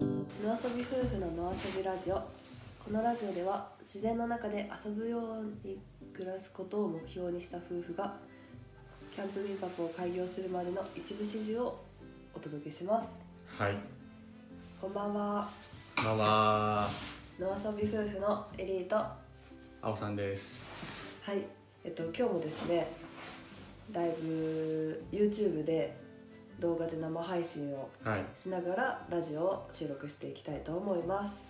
遊び夫婦の野遊びラジオこのラジオでは自然の中で遊ぶように暮らすことを目標にした夫婦がキャンプ民泊を開業するまでの一部始終をお届けしますはい。こんばんはこんばんは。野遊び夫婦のエリーとは青さんです。いえっと今日もですねライブ YouTube で動画で生配信をはい。しながらラジオを収録していきたいと思います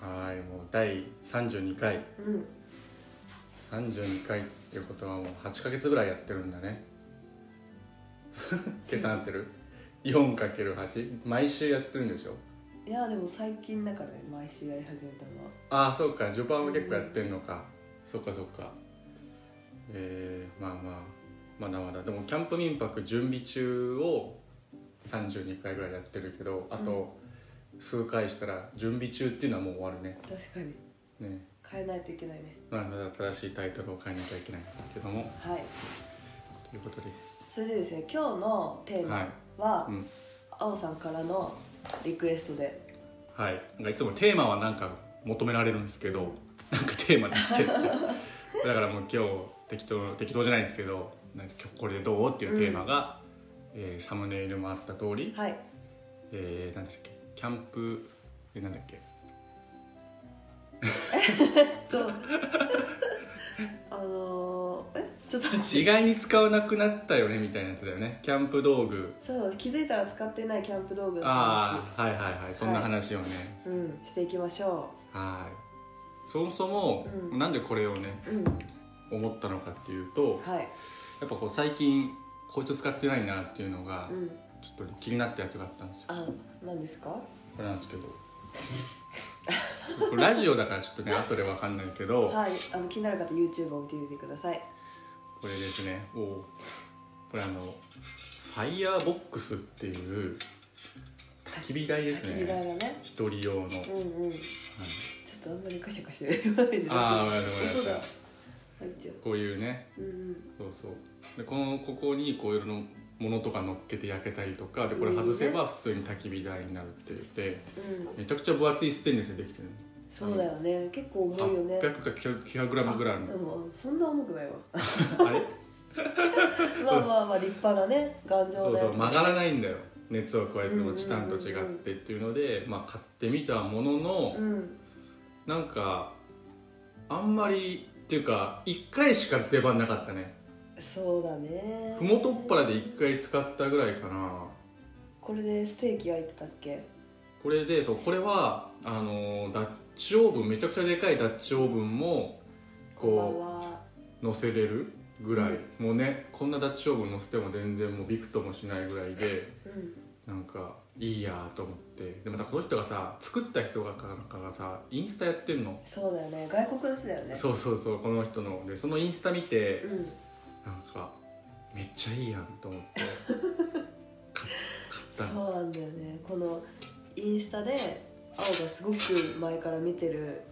はい。もう第32回。うん32回っていうことはもう8ヶ月ぐらいやってるんだね。 計算合ってる ?4×8? 毎週やってるんでしょいやでも最近だからね毎週やり始めたのはああ、そうか。序盤は結構やってんのか。そっかそっか。えー、まあまあ。まだまだ。でも、キャンプ民泊準備中を32回ぐらいやってるけど、あと、数回したら準備中っていうのはもう終わるね。確かにね変えないといけないねまあ、新しいタイトルを変えなきゃいけないんですけどもはいということで、それでですね今日のテーマは、うん、あおさんからのリクエストではいなんかいつもテーマはなんか求められるんですけどなんかテーマにしてって だからもう今日適当適当じゃないんですけどなんか今日これでどうっていうテーマが、えーサムネイルもあった通り、はいえー、なんでしたっけキャンプえなんだっけと あのー、えちょっと待って意外に使わなくなったよねみたいなやつだよねキャンプ道具そう気づいたら使ってないキャンプ道具の話ああはいはいはいそんな話をね、うんしていきましょはいそもそも、うんなんでこれをねううん思ったのかっていうとはいやっぱこう最近こいつ使ってないなっていうのがうんちょっと気になったやつがあったんですよあ何ですかこれなんですけどこれラジオだからちょっ とね後でわかんないけど、はいあの気になる方 YouTube を見てみてくださいこれですねおうこれあのファイヤーボックスっていう焚き火台です焚き火ね台のね一人用の、はいうんうんちょっとあんまりカシャカシャ言わないでああわか音がりました入っちゃうこういうねうんうんそうそうでこのここにこういろのものとか乗っけて焼けたりとかでこれ外せば普通に焚き火台になるって言ってうんめちゃくちゃ分厚いステンレスでできてるそうだよね結構重いよね800か900グラムぐらいある でもそんな重くないわ のあれまあまあまあ立派なね頑丈そうなやそうつ曲がらないんだよ熱を加えてうんうんうんうもんチタンと違ってっていうので、まあ、買ってみたもののうんなんかあんまりっていうか1回しか出番なかったねそうだねふもとっぱらで1回使ったぐらいかなこれでステーキ焼いてたっけこれでそうこれはあのーダッチオーブンめちゃくちゃでかいダッチオーブンもこんばんこはう乗せれるぐらい、もうねこんなダッチオーブン乗せても全然もうびくともしないぐらいでうんなんかいいやーと思ってでまたこの人がさ作った人がかなんかがさインスタやってんの、そうだよね外国の人だよねそうそうそうこの人のでそのインスタ見てうんなんかめっちゃいいやんと思ってか買ったのそうなんだよねこのインスタで青がすごく前から見てる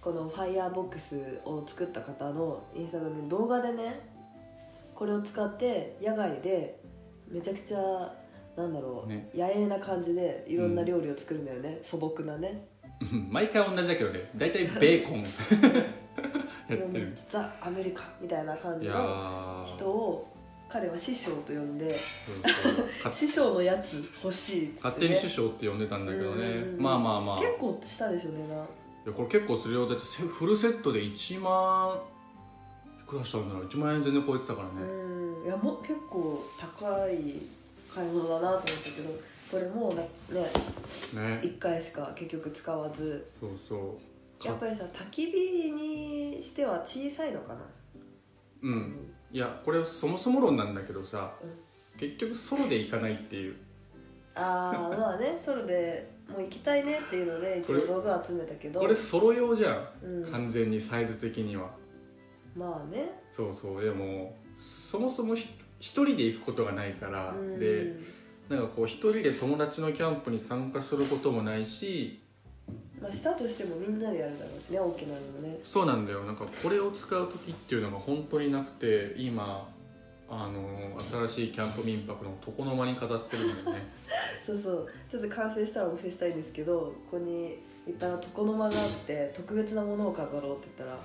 このファイヤーボックスを作った方のインスタの動画でねこれを使って野外でめちゃくちゃなんだろう、ね野営な感じでいろんな料理を作るんだよね、素朴なねうん毎回同じだけどね大体ベーコンいやっろんてなるザ・アメリカみたいな感いじやのー人を彼は師匠と呼んでそうそう勝師匠のやつ欲しいって、ね、勝手に首相って呼んでたんだけどねうんまあまあまあい結構したでしょ値段やこれ結構するよだってセフルセットで1万いくらしたんだろう1万円全然超えてたからね、うんいやもう結構高い買い物だなと思ったけどこれもうなねね1回しか結局使わずそうそうやっぱりさ焚き火にしては小さいのかなううんいやこれはそもそも論なんだけどさ、結局ソロで行かないっていうああま あねソロでもう行きたいねっていうので一これ応動画集めたけどこれソロ用じゃん、うん完全にサイズ的にはまあねそうそうでもそもそもひ一人で行くことがないから、うんでなんかこう一人で友達のキャンプに参加することもないしまあしたとしてもみんなでやるだろうしね大きなのもねそうなんだよなんかこれを使う時っていうのが本当になくて今あの新しいキャンプ民泊の床の間に飾ってるん だよねそうそうちょっと完成したらお見せしたいんですけどここにいった床の間があって特別なものを飾ろうって言ったら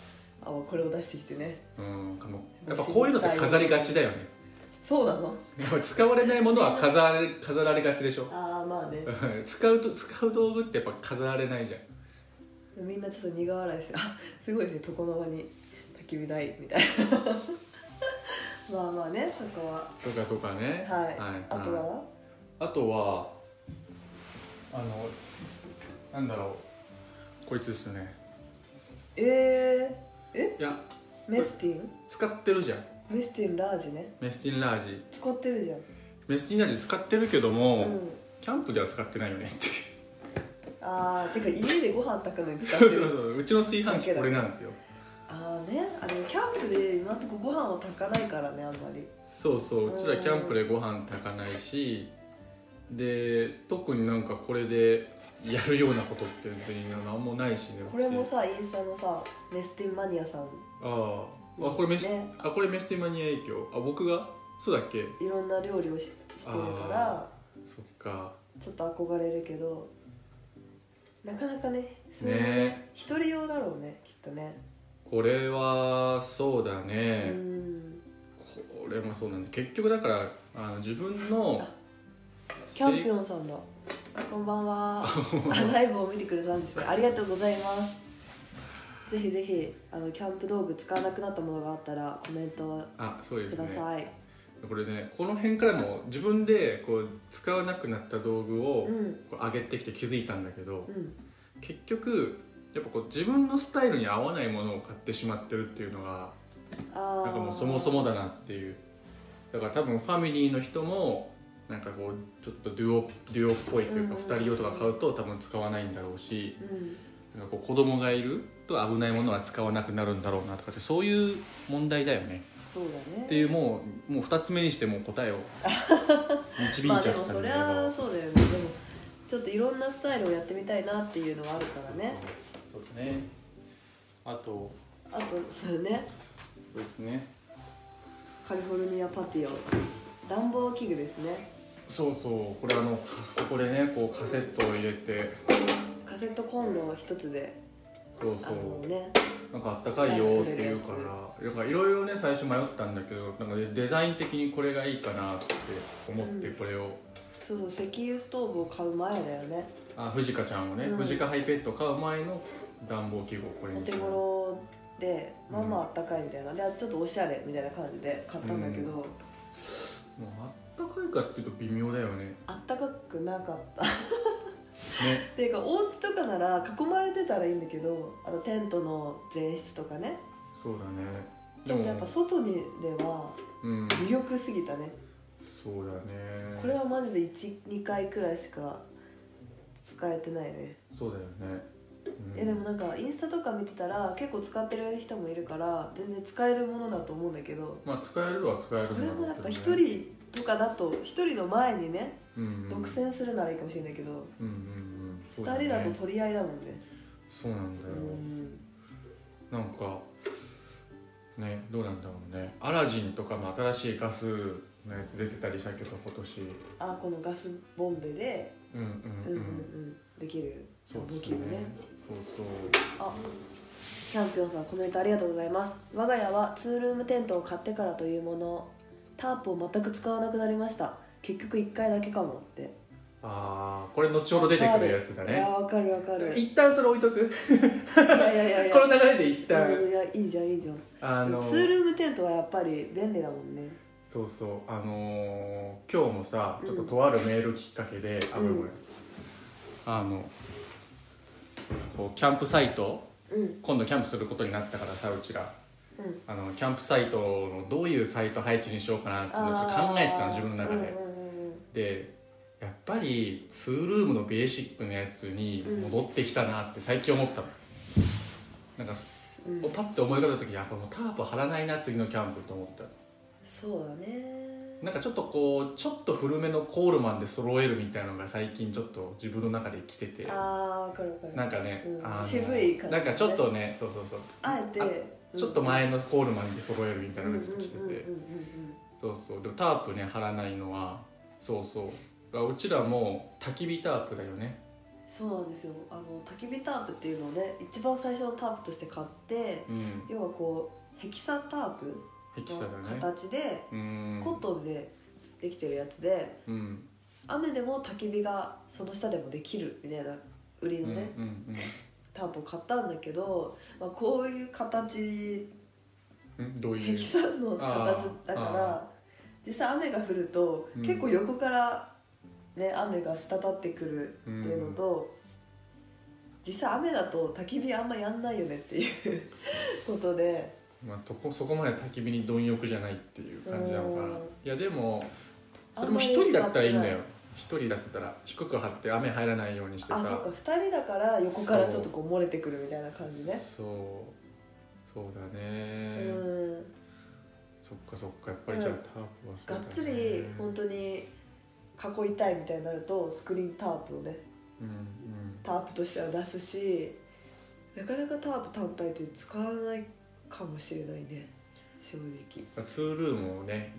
あこれを出してきてねうんあのやっぱこういうのって飾りがちだよねそうなのやっぱ使われないものは飾られ飾られがちでしょ ああまあねうん使うと使う道具ってやっぱ飾られないじゃんみんなちょっと苦笑いしてあすごいね床の間に焚き火台みたい なまあまあねそこはとかとかねはい、あとうんはあとはあのなんだろうこいつですねえー、えいやメスティン使ってるじゃんメスティンラージねメスティンラージ使ってるじゃんメスティンラージ使ってるけども、うんキャンプでは使ってないよねっていうあーてか家でご飯炊くのに使っそてるうそうそううちの炊飯器これなんですよああねあのキャンプで今んとこご飯は炊かないからねあんまりそうそううちらキャンプでご飯炊かないしで特になんかこれでやるようなことって別に何もないしねこれもさインスタのさメスティンマニアさんあああこれメス、ねあこれメスティマニア影響あ僕がそうだっけいろんな料理をししてるからそっかちょっと憧れるけどなかなかねそういうね一人用だろうねきっとねこれはそうだうね、んこれもそうなんだ結局だからあの自分のキャンピせいオンさんだこんばん はあライブを見てくれたんですねありがとうございますぜひぜひあのキャンプ道具使わなくなったものがあったらコメントあそうでくすだねさい、これねこの辺からも自分でこう使わなくなった道具をうんこう上げてきて気づいたんだけど、うん結局やっぱこう自分のスタイルに合わないものを買ってしまってるっていうのがあーなんかもうそもそもだなっていうだから多分ファミリーの人もなんかこうちょっとデュオデュオっぽいというかうんうん2人用とか買うと多分使わないんだろうしうんなんかこう子供がいると危ないものは使わなくなるんだろうなとかってそういう問題だよねそうだねっていうもうもう2つ目にしてもう答 えを導いちまゃあっでたもそんりだけど、ゃそうだよねでもちょっといろんなスタイルをやってみたいなっていうのはあるからねそうそうだねあとあとそうねそうですねカリフォルニアパティオ暖房器具ですねそうそうこれあのここでねこうカセットを入れてカセットコンロ一つでそうあそうのねなんかあったかいよっていうからなんかいろいろね最初迷ったんだけどなんかねデザイン的にこれがいいかなって思ってうんこれを、そうそう石油ストーブを買う前だよねあ藤香ちゃんをね、うん藤香ハイペット買う前の暖房器具をこれおに手頃でまあまああったかいみたいなでちょっとおしゃれみたいな感じで買ったんだけど、うもうあったかいかっていうと微妙だよねねあったかくなかったっていうかお家とかなら囲まれてたらいいんだけどあのテントの前室とかねそうだねちょっとやっぱ外にではうん魅力すぎたねそうだねこれはマジで12回くらいしか使えてないねそうだよね、うんえでもなんかインスタとか見てたら結構使ってる人もいるから全然使えるものだと思うんだけどまあ使えるは使えるこんれだろうけどもねやっぱ一、人とかだと一人の前にねうんうん、独占するならいいかもしれないけどうんうんうんそう二ね人だと取り合いだもんねそうなんだうよ、んなんかねどうなんだろうねアラジンとかも新しいガスのやつ出てたりしたけど今年あこのガスボンベでうんうんううんん、うんうんできるそう武器そう具ねねそうそうあキャンピオンさんコメントありがとうございます我が家はツールームテントを買ってからというものタープを全く使わなくなりました結局1回だけかもってああこれ後ほど出てくるやつだいやねわかるわかるい一旦それ置いとくやいやいやいやこの流れで一旦、いやいいじゃんいいじゃんあのツールームテントはやっぱり便利だもんねそうそうあのー今日もさちょっととあるメールきっかけで、あごめんごめんあのこうキャンプサイトうん今度キャンプすることになったからさうちがうんあのキャンプサイトのどういうサイト配置にしようかなっていうのをちょっと考えてたの自分の中で、うんうんうんうんでやっぱりツールームのベーシックのやつに戻ってきたなって最近思ったの、なんかうんパッて思い浮かべた時やっぱもうタープ張らないな次のキャンプと思ったそうだねなんかちょっとこうちょっと古めのコールマンで揃えるみたいなのが最近ちょっと自分の中で来ててあー分かる分かるなんかね、うんあの渋い感じなんかちょっとねそうそうそうあえてあうんちょっと前のコールマンで揃えるみたいうんなうんのうがんちょっと来てて、うんうんうんそうそうでもタープね張らないのはそうそうだからうちらも焚き火タープだよねそうなんですよあの焚き火タープっていうのをね一番最初のタープとして買ってうん要はこうヘキサタープヘキサだのね形でうコんットンでできてるやつでうん雨でも焚き火がその下でもできるみたいな売りうんのうんね、タープを買ったんだけど、まあ、こういう形うんうんどういヘうキサの形だかあら実際雨が降るとうん結構横から、ね雨が滴ってくるうっていうのんと、実際雨だと焚き火あんまやんないよねっていうことでまあ、とこそこまで焚き火に貪欲じゃないっていう感じなのかなうんいやでもそれあんもまり一人だったらいいんだ使よ一人だったら低く張って雨入らないようにしてさあそうか2人だから横からちょっとこう漏れてくるみたいな感じねそうそうだうね、んそっかそっかやっぱりじゃあうんタープはそうだがねっつり本当に囲いたいみたいになるとスクリーンタープをねうんうんタープとしては出すしなかなかタープ単体って使わないかもしれないね正直ツールームをね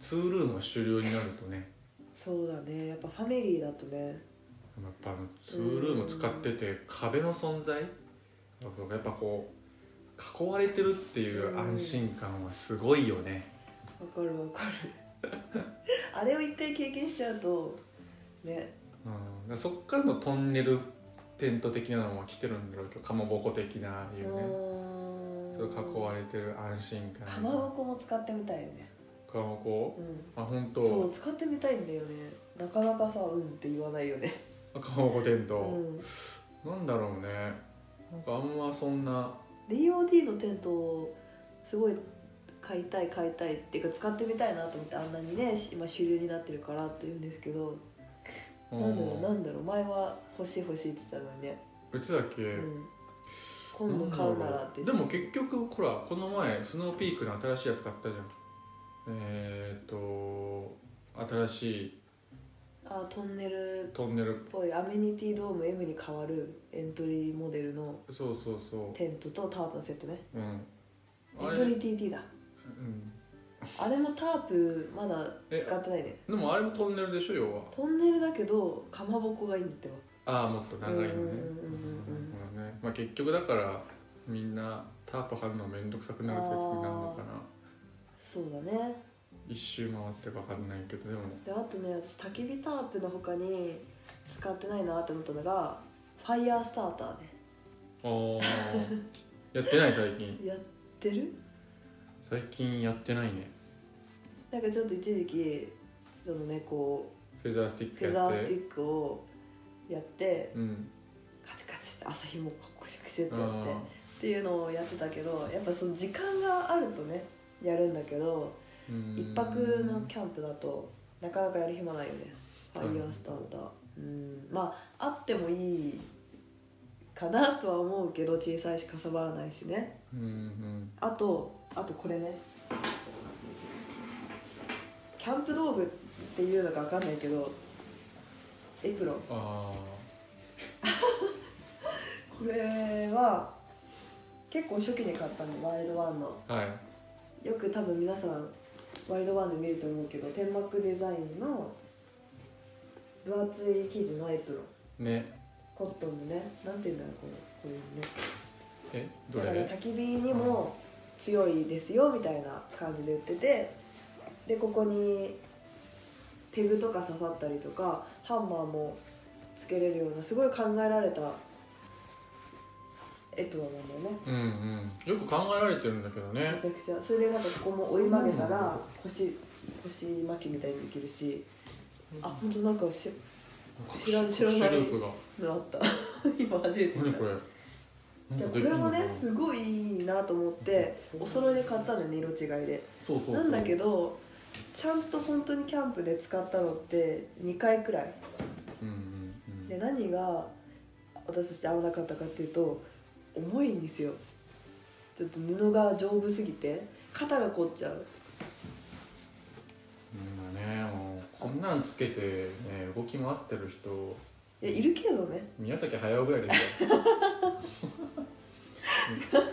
ツールームが主流になるとねそうだねやっぱファミリーだとねやっぱあのツールーム使ってて壁の存在やっぱこう囲われてるっていう安心感はすごいよね、わかるわかる あれを一回経験しちゃうとねうん、そっからのトンネルテント的なのも来てるんだろうけどかまぼこ的ないううねーんそれ囲われてる安心感かまぼこも使ってみたいよねかまぼこうんあ本そ当う使ってみたいんだよねなかなかさうんって言わないよねかまぼこテンうト、んなんだろうねなんかあんまそんな DOD のテントをすごい買いたい買いたいっていうか使ってみたいなと思ってあんなにね今主流になってるからって言うんですけどうんなんだろうなんだろう前は欲しい欲しいって言ってたのにね、うちだけ、うん、今度買うならってでも結局ほらこの前スノーピークの新しいやつ買ったじゃんえー、と新しいあトンネルっトンネルぽいアメニティドーム M に変わるエントリーモデルのそうそうそテントとタープのセットねううんエンあトれ、うリー TT だん、あれもタープまだえ使ってないねでもあれもトンネルでしょ要はトンネルだけどかまぼこがいいんだってばああもっと長いのねうんうんうんなるほどねまあ結局だからみんなタープ張るの面倒くさくなる説になるのかなそうだね一周回ってか分かんないけどでもであとね私焚き火タープの他に使ってないなって思ったのがファイヤースターターね ああやってない最近やってる最近やってないねなんかちょっと一時期そのねこフェザースティうッフクェザやーってスティックをやってうんカチカチって朝日もコシコシってやってっあていうのをやってたけどやっぱその時間があるとねやるんだけどーうん一泊のキャンプだとなかなかやる暇ないよねファイヤースターターうんまああってもいいかなとは思うけど小さいしかさばらないしねうんうんあとあとこれねキャンプ道具っていうのか分かんないけどエプロンあこれは結構初期に買ったのワイルドワンのあはいよく多分皆さんワイルドワンで見ると思うけど天幕デザインの分厚い生地のエプロンねコットンのねなんていうんだろうこれこういうのねえどだかられ焚き火にも強いですよみたいな感じで売っててでここにペグとか刺さったりとかハンマーもつけれるようなすごい考えられたエプロンなんだよねうんうんよく考えられてるんだけどめねちゃくちゃそれでなんかここも折り曲げたら腰腰巻きみたいにできるしあ本当なんかし知らん知らない隠しループがあった 今初めて見何たこれじゃなんあかこできれんのもかなねすごいいいなと思ってお揃いで買ったのよね色違いでそうそうそうなんだけどちゃんと本当にキャンプで使ったのって2回くらいうんうんうんで何が私たち合わなかったかっていうと重いんですよちょっと布が丈夫すぎて肩が凝っちゃううんまあねもうこんなんつけて、ね、動き回ってる人いやいるけどね 宮崎駿ぐらいですよ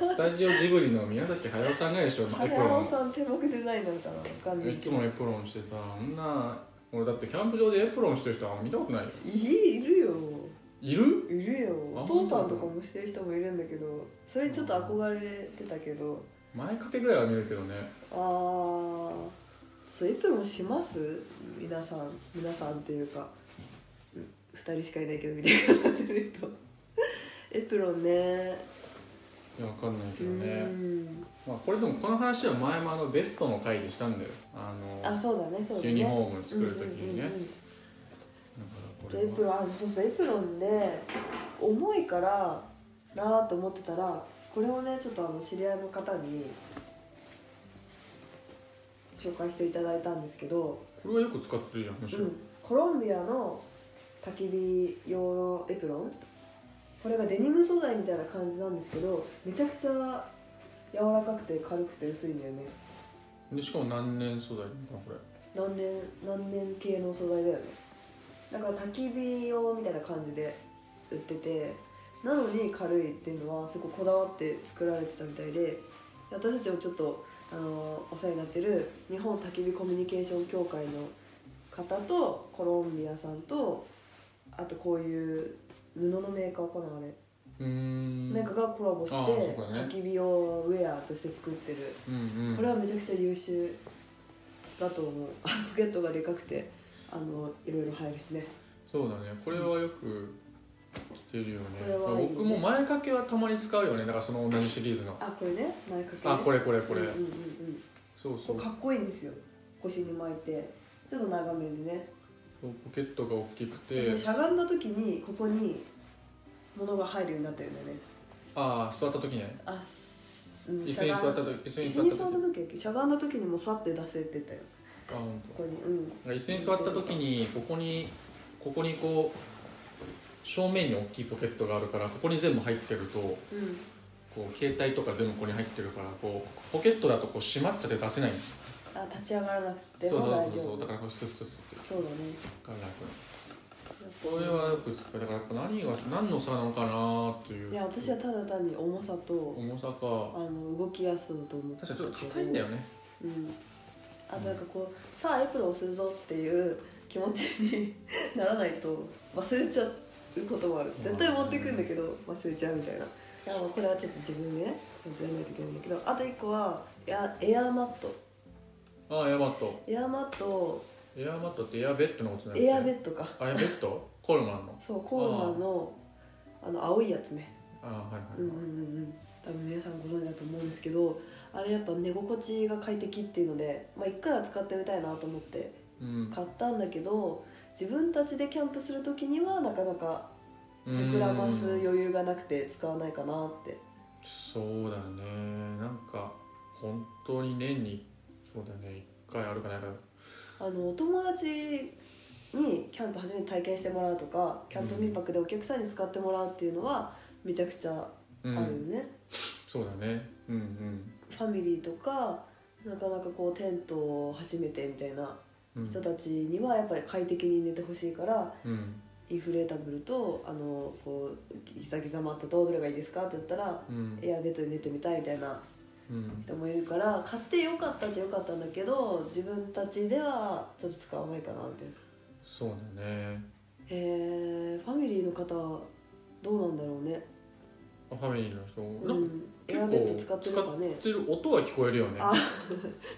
スタジオジブリの宮崎駿さんがでしょ、まあエプ早ロ尾ンさん手僕デザインなんかなわかんないいつもエプロンしてさあんな俺だってキャンプ場でエプロンしてる人あんま見たことないよいいるよいるいるよあお父さんとかもしてる人もいるんだけどそれにちょっと憧れてたけど前掛けぐらいは見るけどねあーそうエプロンします皆さん皆さんっていうか2人しかいないけど見てくださってる人エプロンねいやわかんないけうどね、んまあ、これでもこの話は前もあのベストの回でしたんだよあのあそうだねそうだねユニフォーム作る時にね、うんうんうんうんだかじゃあらエこプれはロンあそうそうエプロンで重いからなーと思ってたらこれをねちょっとあの知り合いの方に紹介していただいたんですけど、これはよく使ってるじゃんむしうろ、ん、コロンビアの焚き火用のエプロンこれがデニム素材みたいな感じなんですけどめちゃくちゃ柔らかくて軽くて薄いんだよねでしかも何年素材なのかなこ何年何年系の素材だよねだから焚き火用みたいな感じで売っててなのに軽いっていうのはすごいこだわって作られてたみたいで私たちもちょっとあのお世話になってる日本焚き火コミュニケーション協会の方とコロンビアさんとあとこういう布のメーカーかなあれ、れうーんなんかがコラボして、あーそうだね焚き火用ウェアとして作ってるうんうんこれはめちゃくちゃ優秀だと思うポケットがでかくてあのいろいろ入るしねそうだねこれはよく着てるよねこれはいいね僕も前掛けはたまに使うよねだからその同じシリーズのあこれね前掛け、ね、あこれこれこれ、うんうんうんうんそうこそうれかっこいいんですよ腰に巻いてちょっと長めにね、そうポケットが大きくでてもしゃがんだ時にここに物が入るようになったよねああ座った時ねあすうん椅子に座っしゃたがん時椅子椅に子座っに座った時た時やっけしゃがんだ時にもさって出せてたよあ本当ここにうん椅子に座った時にここにここにこう正面に大きいポケットがあるからここに全部入ってるとうんこう携帯とか全部ここに入ってるからこうポケットだとこう閉まっちゃって出せないんですよあ立ち上がらなくてそうもそう大そう丈そう夫だからこうスッスッスッってそうだねから楽これはよく使うだからやっぱ何が何の差なのかなっていういや私はただ単に重さと重さかあの動きやすさと思って確かにちょっと硬いんだよねうんあとなんかこうさあエプロンするぞっていう気持ちにならないと忘れちゃうこともある絶対持ってくんだけど忘れちゃうみたいないやまあこれはちょっと自分でねちゃんとやらないといけないんだけどあと一個はエアエアーマットああエアマットエアーマットエアマットってエアベッドのことじゃエアなーベいッドかあエアベッドコールマンのそうコールマンのあの青いやつねああはいはうい、んはうんいうんうん多分皆さんご存知だと思うんですけどあれやっぱ寝心地が快適っていうのでまあ、一回は使ってみたいなと思ってうん買ったんだけど自分たちでキャンプする時にはなかなか膨らます余裕がなくて使わないかなってそうだねなんか本当に年にそうだね1回あるかないかあのお友達にキャンプ初めて体験してもらうとかキャンプ民泊でお客さんに使ってもらうっていうのはめちゃくちゃうあるん、よね、そうだねうんうんファミリーとかなかなかこうテントを初めてみたいなうん人たちにはやっぱり快適に寝てほしいからうんインフレータブルとあのこうギザギザマットとどれがいいですかって言ったらうんエアベッドで寝てみたいみたいなうん人もいるから買ってよかったっちゃよかったんだけど自分たちではちょっと使わないかなみたいなそうだねへえファミリーの方はどうなんだろうねファミリーの人うなんかんエ結ア構ベッド使ってるかね使ってる音は聞こえるよねあ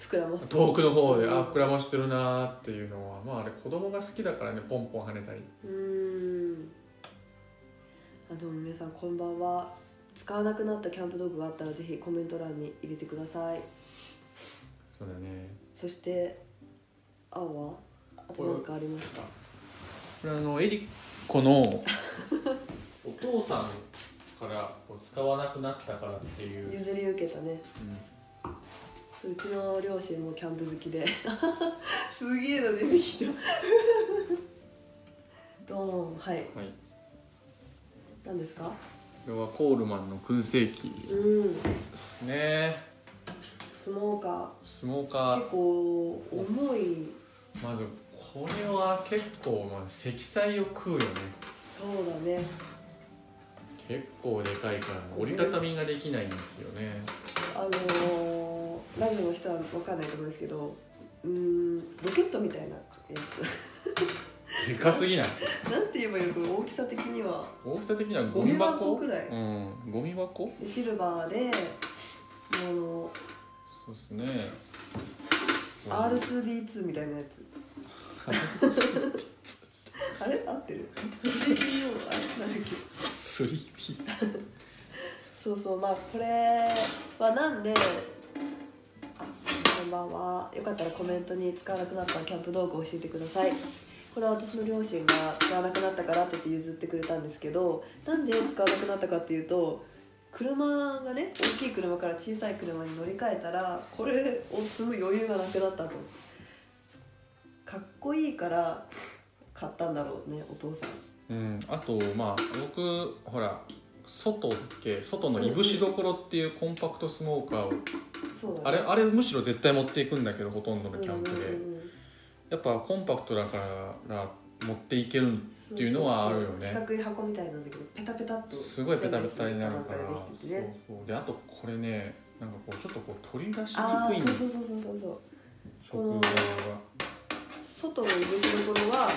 膨らます遠くの方でうんあ膨らましてるなーっていうのはまああれ子供が好きだからねポンポン跳ねたりうーんあでも皆さんこんばんは使わなくなったキャンプ道具があったらぜひコメント欄に入れてくださいそうだねそして青はあと何かありますかこれあのエリコ のお父さんからこう使わなくなったからっていう、譲り受けたねうんそううちの両親もキャンプ好きで すげえの出てきた ドーンはいはい何ですかこれはコールマンの燻製機うんですねスモーカスモーーカ結構重いーまずこれは結構まあ積載を食うよねそうだね結構でかいから折りたたみができないんですよねあのー、ラジオの人は分かんないと思うんですけどうーんロケットみたいなや でかすぎないつ なんて言えばいいのか大きさ的には大きさ的にはゴゴミミ箱箱くらいうんゴミ箱でシルバーであのそうですね R2D2 みたいなやつ あれ合ってる 3PO あれなんだっけ 3P そうそうまあこれはなんであこんばんはよかったらコメントに使わなくなったキャンプ道具を教えてくださいこれは私の両親が使わなくなったからって言って譲ってくれたんですけどなんで使わなくなったかっていうと車がね大きい車から小さい車に乗り換えたらこれを積む余裕がなくなったとかっこいいから買ったんだろうねお父さんうんあとまあ僕ほら外って外のいぶしどころっていうコンパクトスモーカーをそうだねあれあれむしろ絶対持っていくんだけどほとんどのうんキャンプで、うんうんうんやっぱコンパクトだから持っていけるっていうのはあるよねそうそうそう四角い箱みたいなんだけどペタペタっとすごいペタペタになるからステンレスの板でできてそうてねそうであとこれねなんかこうちょっとこう取り出しにくああいそんうでそうそうそうそうそう食用が外のいぶしどころは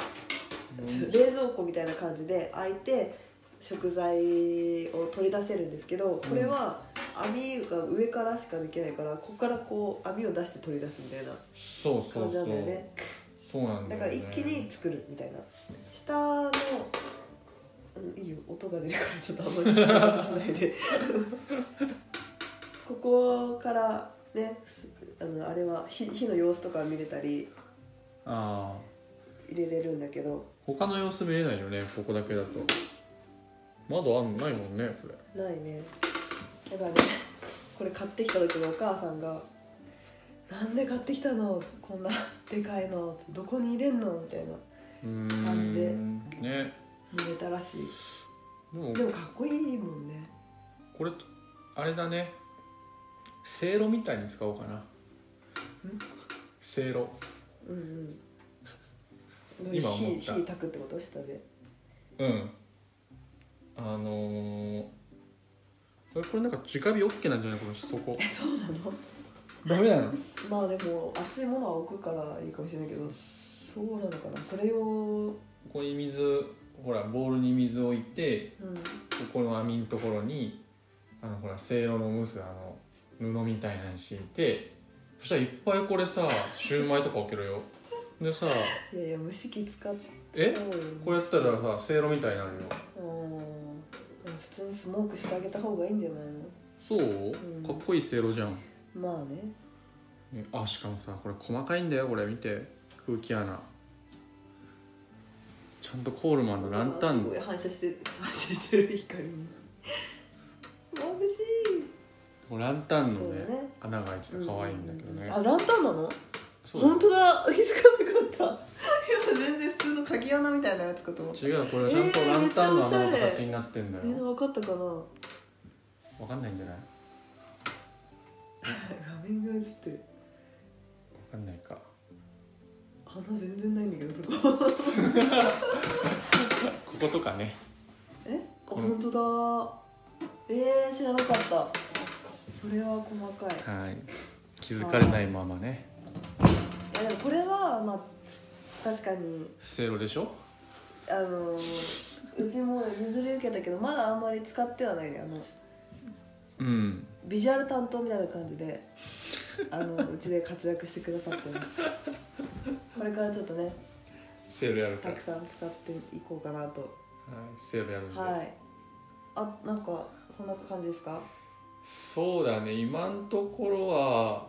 冷蔵庫みたいな感じで開いて食材を取り出せるんですけどこれは網が上からしかできないからここからこう網を出して取り出すみたいなそうそ感うじなそうんだよねそうなんだだよ、ね、から一気に作るみたいな下の、うん、いいよ音が出るからちょっとあんまり言うことしないで ここからねすあのあれは火火の様子とか見れたりああ入れれるんだけど他の様子見れないよねここだけだと窓あんのないもんねこれないねだからねこれ買ってきた時のお母さんが「なんで買ってきたのこんなでかいのどこに入れんの?」みたいなうー感じでんね入れたらしいでもでもかっこいいもんねこれあれだねせいろみたいに使おうかなせいろうんうん。今思った火火焚くってこと下で。うんあのー、これこれなんか直火 OK なんじゃないこのそこえそうなの？ダメなのまあでも熱いものは置くからいいかもしれないけど、そうなのかな。それをここに水ほらボウルに水を置いてうんここの網のところにあのほらせいろの蒸すあの布みたいなの敷いてそしたらいっぱいこれ さシューマイとか置けるよでさいやいや蒸し器使って。えこれやったうらん。させいろみたいになるよ普通にスモークしてあげた方がいいんじゃないそう、んかっこいいせいろじゃんの？まあね。ねあしかもさこれ細かいんだよこれ見て空気穴ちゃんとコールマンのランタすンごい反射して反射してる光に。眩しランタンい。のそうだねね。穴が開いてて可愛いんだけどね、うううあランタンなの？そうだよ本当だ気づかなかったいや全然普通の鍵穴みたいなやつかと思った違うこれちゃんとランタンの穴えーのめっちゃおしゃれ形になってんだみんなよ分かったかなわかんないんじゃないわ画面が映ってるかんないか穴全然ないんだけどそここことかねえあこの本当だえー、知らなかったそれは細かいはい気づかれないままねいやでもこれはまあ確かにせいろでしょあのーうちも譲り受けたけどまだあんまり使ってはないねあのうんビジュアル担当みたいな感じであのうちで活躍してくださってますこれからちょっとねせいろやるかたらくさん使っていこうかなとせいろやるんで、はいあなんかそんな感じですかそうだね今のところは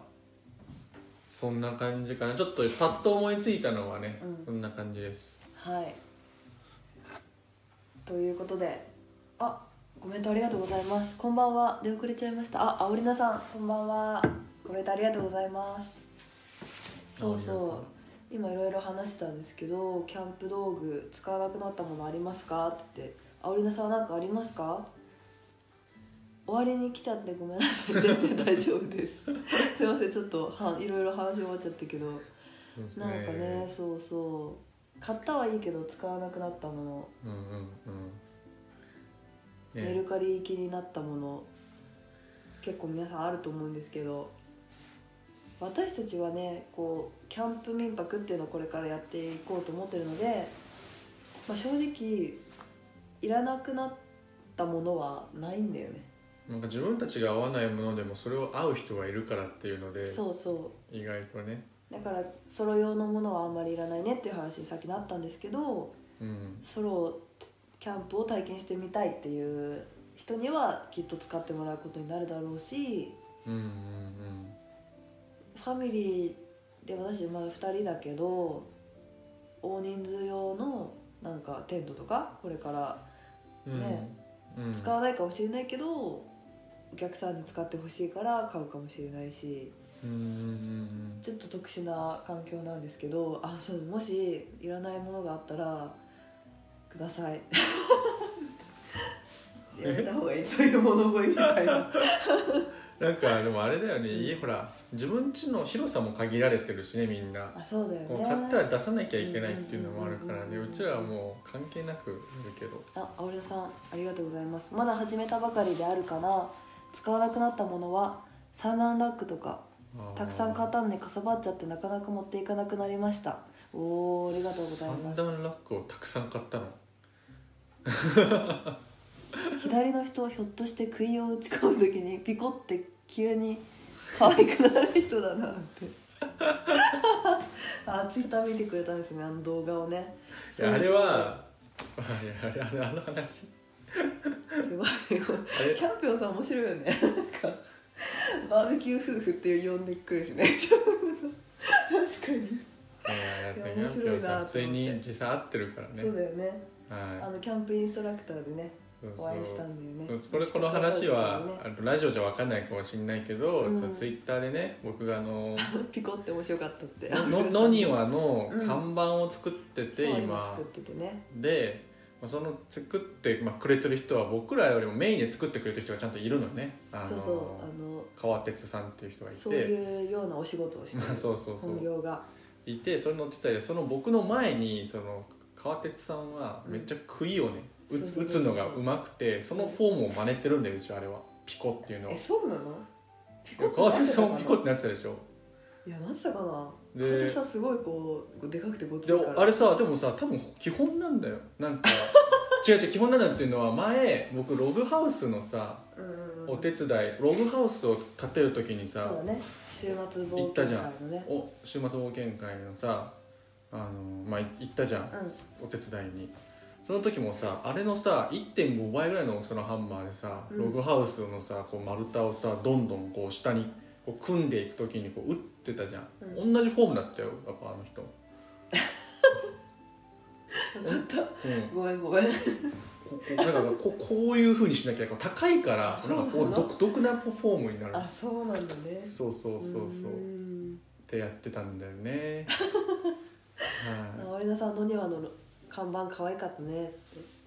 そんな感じかなちょっとパッと思いついたのはね、うんこんな感じですはいということであコメントありがとうございますこんばんは出遅れちゃいましたああおりなさんこんばんはコメントありがとうございますそうそう今いろいろ話したんですけどキャンプ道具使わなくなったものありますかって言って「あおりなさんは何かありますか?」終わりに来ちゃってごめんなさい全然大丈夫です すいませんちょっとはいろいろ話終わっちゃったけどそうですなんかねそうそう買ったはいいけど使わなくなったものうんうんうんメルカリ行きになったもの結構皆さんあると思うんですけど私たちはねこうキャンプ民泊っていうのをこれからやっていこうと思ってるので、まあ、正直いらなくなったものはないんだよね、なんか自分たちが合わないものでもそれを合う人がいるからっていうのでそうそう意外とね、だからソロ用のものはあんまりいらないねっていう話にさっきなったんですけどうん、ソロキャンプを体験してみたいっていう人にはきっと使ってもらうことになるだろうしうんうんうんファミリーで私まだ2人だけど大人数用のなんかテントとかこれからうんねうん使わないかもしれないけど、お客さんに使ってほしいから買うかもしれないしうんうんうんちょっと特殊な環境なんですけどあそうもしいらないものがあったらください やめた方がいいそういう物乞いみたいなうんなんかでもあれだよね家ほら自分家の広さも限られてるしねみんなあそうだよこねう買ったら出さなきゃいけないっていうのもあるからうんうんねうんううんちらはもう関係なくやるけどあ、青田さんありがとうございますまだ始めたばかりであるかな使わなくなったものは産卵ラックとかあーたくさん買ったのにかさばっちゃってなかなか持っていかなくなりましたおーありがとうございます三段ラックをたくさん買ったの左の人ひょっとして杭を打ち込む時にピコって急に可愛くなる人だなって あツイッター見てくれたんですねあの動画をねいやあれは いやあれあれあの話すごいあれキャンピオンさん面白いよねなんかバーベキュー夫婦って呼んでくるしね 自分の確かに、えーいや面白いなと思って普通に実際合ってるからねそうだよねあはのキャンプインストラクターでねいそうそうお会いしたんだよねこれこの話は、ねあのラジオじゃ分かんないかもしれないけど、うんそのツイッターでね僕があのピコって面白かったって「ののには」のうん看板を作ってて、そう今今作っててねでまあその作って、まあ、くれてる人は僕らよりもメインで作ってくれてる人がちゃんといるのねあのそうそうあの川哲さんっていう人がいてそういうようなお仕事をしてる そうそうそう本業がいてそれのお手伝いでその僕の前にその川哲さんはめっちゃ杭をね、うん打つそう打そつうそうのがうまくてそのフォームを真似てるんだようちあれはピコっていうのをえそうなのピ川て哲さんもピコっなってなってたでしょたかないやなってたかなで川哲さんすごいこうでかくてごついでからあれさでもさ多分基本なんだよなん か違う違う基本なんだっていうのは前僕ログハウスのさうんうんうんお手伝いログハウスを建てる時にさ、そうだね週末行冒った険じゃん会のねお週末冒険会のさあのまあい行ったじゃんお手伝いにその時もさあれのさ1.5倍ぐらいの大きさのハンマーでさ、うんログハウスのさこう丸太をさどんどんこう下にこう組んでいく時にこう打ってたじゃん、う同じフォームだったよやっぱあの人、うんよかっうんたごめんごめんここなんかこうこういうふうにしなきゃこう高いからあなんかこそううなの独特なフォームになるあそうなんだねそうそうそうそうっんてやってたんだよ ねはい青田さんの庭の看板可愛かったねって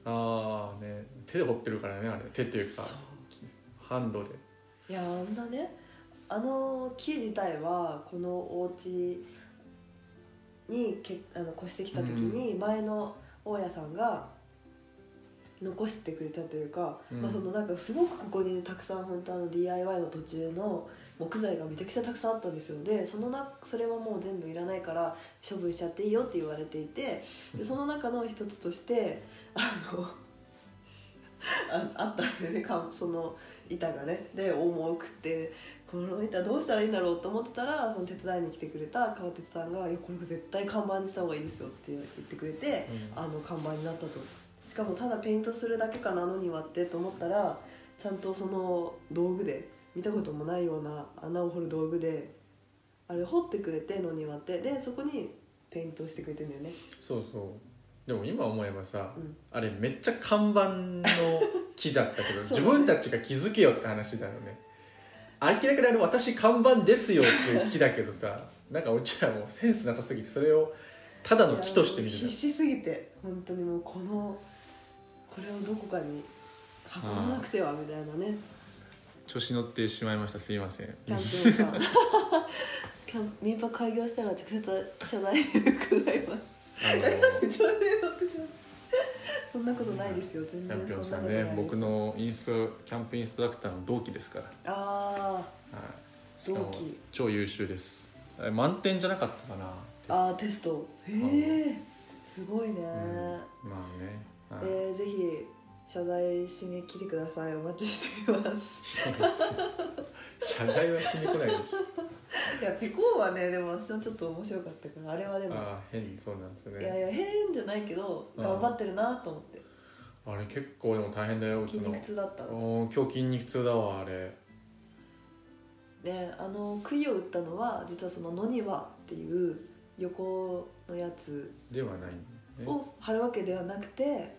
ああね手で掘ってるからねあれ手っていうかそうハンドでいやあんなねあの木自体はこのお家にけあの越してきた時に前の大家さんが残してくれたというか、うんまあ、そのなんかすごくここに、たくさん本当あの DIY の途中の木材がめちゃくちゃたくさんあったんですよでそのなそれはもう全部いらないから処分しちゃっていいよって言われていてでその中の一つとしてあのああったんだよねかその板がねで重くてこの板どうしたらいいんだろうと思ってたらその手伝いに来てくれた川哲さんが「いやこれ絶対看板にした方がいいですよ」って言ってくれて、うんあの看板になったとしかもただペイントするだけかなのに割ってと思ったらちゃんとその道具で見たこともないような穴を掘る道具であれ掘ってくれてのに割ってでそこにペイントしてくれてんだよねそうそうでも今思えばさ、うんあれめっちゃ看板の木だった そけど、うだね自分たちが気づけよって話だよね明らかにあれ私看板ですよっていう木だけどさなんかうちらもうセンスなさすぎてそれをただの木として見ていやたもう必死すぎて本当にもうこのこれをどこかに運ばなくてはみたいなね調子乗ってしまいましたすいませんキャンプーンさん キャン民泊開業したら直接謝罪に伺います あのちょうどよくなってしまっそんなことないですよ全キャ然ンピオンそんさんなことないね僕のインストキャンプインストラクターの同期ですから、あはい、しかも同期超優秀ですあれ満点じゃなかったかなーあーテストへえすごいね、うんまあね、はいえー、ぜひ謝罪しに来てくださいお待ちしています 謝罪はしに来ないでしょ いやピコーはねでも私はちょっと面白かったからあれはでもああ変そうなんですよいやいねや変じゃないけどうん頑張ってるなと思ってあれ結構でも大変だようち筋の肉痛だったのおー今日筋肉痛だわあれねあの杭を打ったのは実はその野庭っていう横のやつではないねを貼るわけではなくて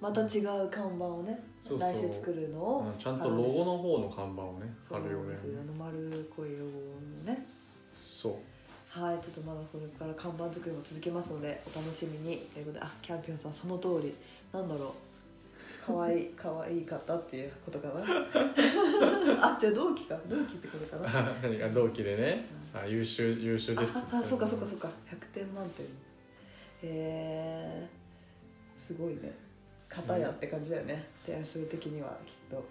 また違う看板をねそうそう来週作るのをうんちゃんとロゴの方の看板をねそ貼うるなよんねですよあの丸っこいロゴのねそうはいちょっとまだこれから看板作りも続けますのでお楽しみにということであキャンピオンさんその通りなんだろうか わいいかわいい方っていうことかなあじゃあ同期か同期ってことかなあ何か同期でねあ優秀優秀ですああそうかそうかそうか100点満点へえすごいね片やって感じだよね、点数的にはきっ と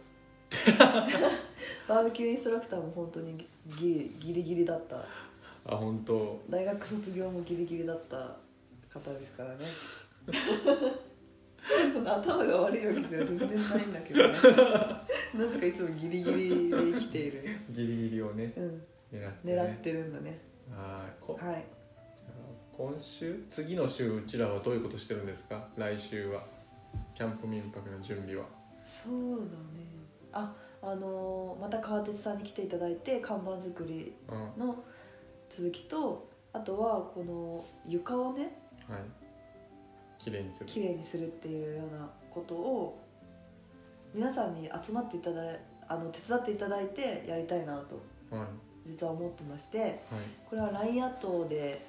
バーベキューインストラクターも本当にギリギリギリだったあ本当大学卒業もギリギリだった方ですからね その頭が悪いわけでは全然ないんだけどねなぜかいつもギリギリで生きている、ギリギリをねうん、狙って、ね、狙ってるんだねはいこはい今週次の週うちらはどういうことしてるんですか来週はキャンプ民泊の準備はそうだねああのーまた川鉄さんに来ていただいて看板作りうんはの続きとあとはこの床をねい綺麗にする綺麗にするっていうようなことを皆さんに集まっていただいあの手伝っていただいてやりたいなとはいは実は思ってましてこれは LINE アットで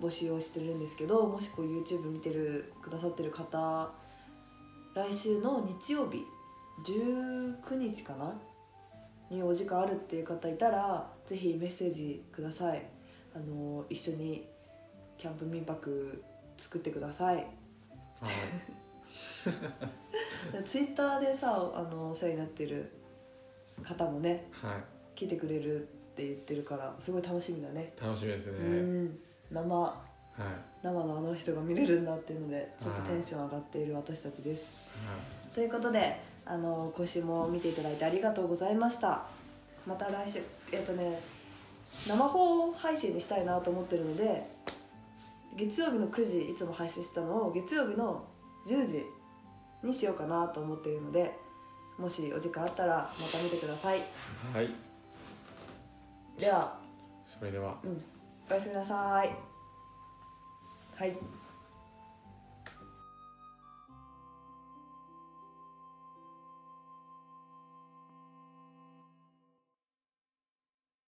募集をしてるんですけどもしこう YouTube 見てるくださってる方来週の日曜日19日かなにお時間あるっていう方いたらぜひメッセージくださいあの一緒にキャンプ民泊作ってくださいいはいツイッターでさあのお世話になってる方もねはい 聞いてくれるって言ってるからすごい楽しみだね、楽しみですね、うん生はい、はい、生のあの人が見れるんだっていうのでちょっとテンション上がっている私たちです、ということであの今週も見ていただいてありがとうございましたまた来週えっとね生放配信にしたいなと思ってるので月曜日の9時いつも配信してたのを月曜日の10時にしようかなと思っているのでもしお時間あったらまた見てくださいはい、ではそれではうんおやすみなさいはい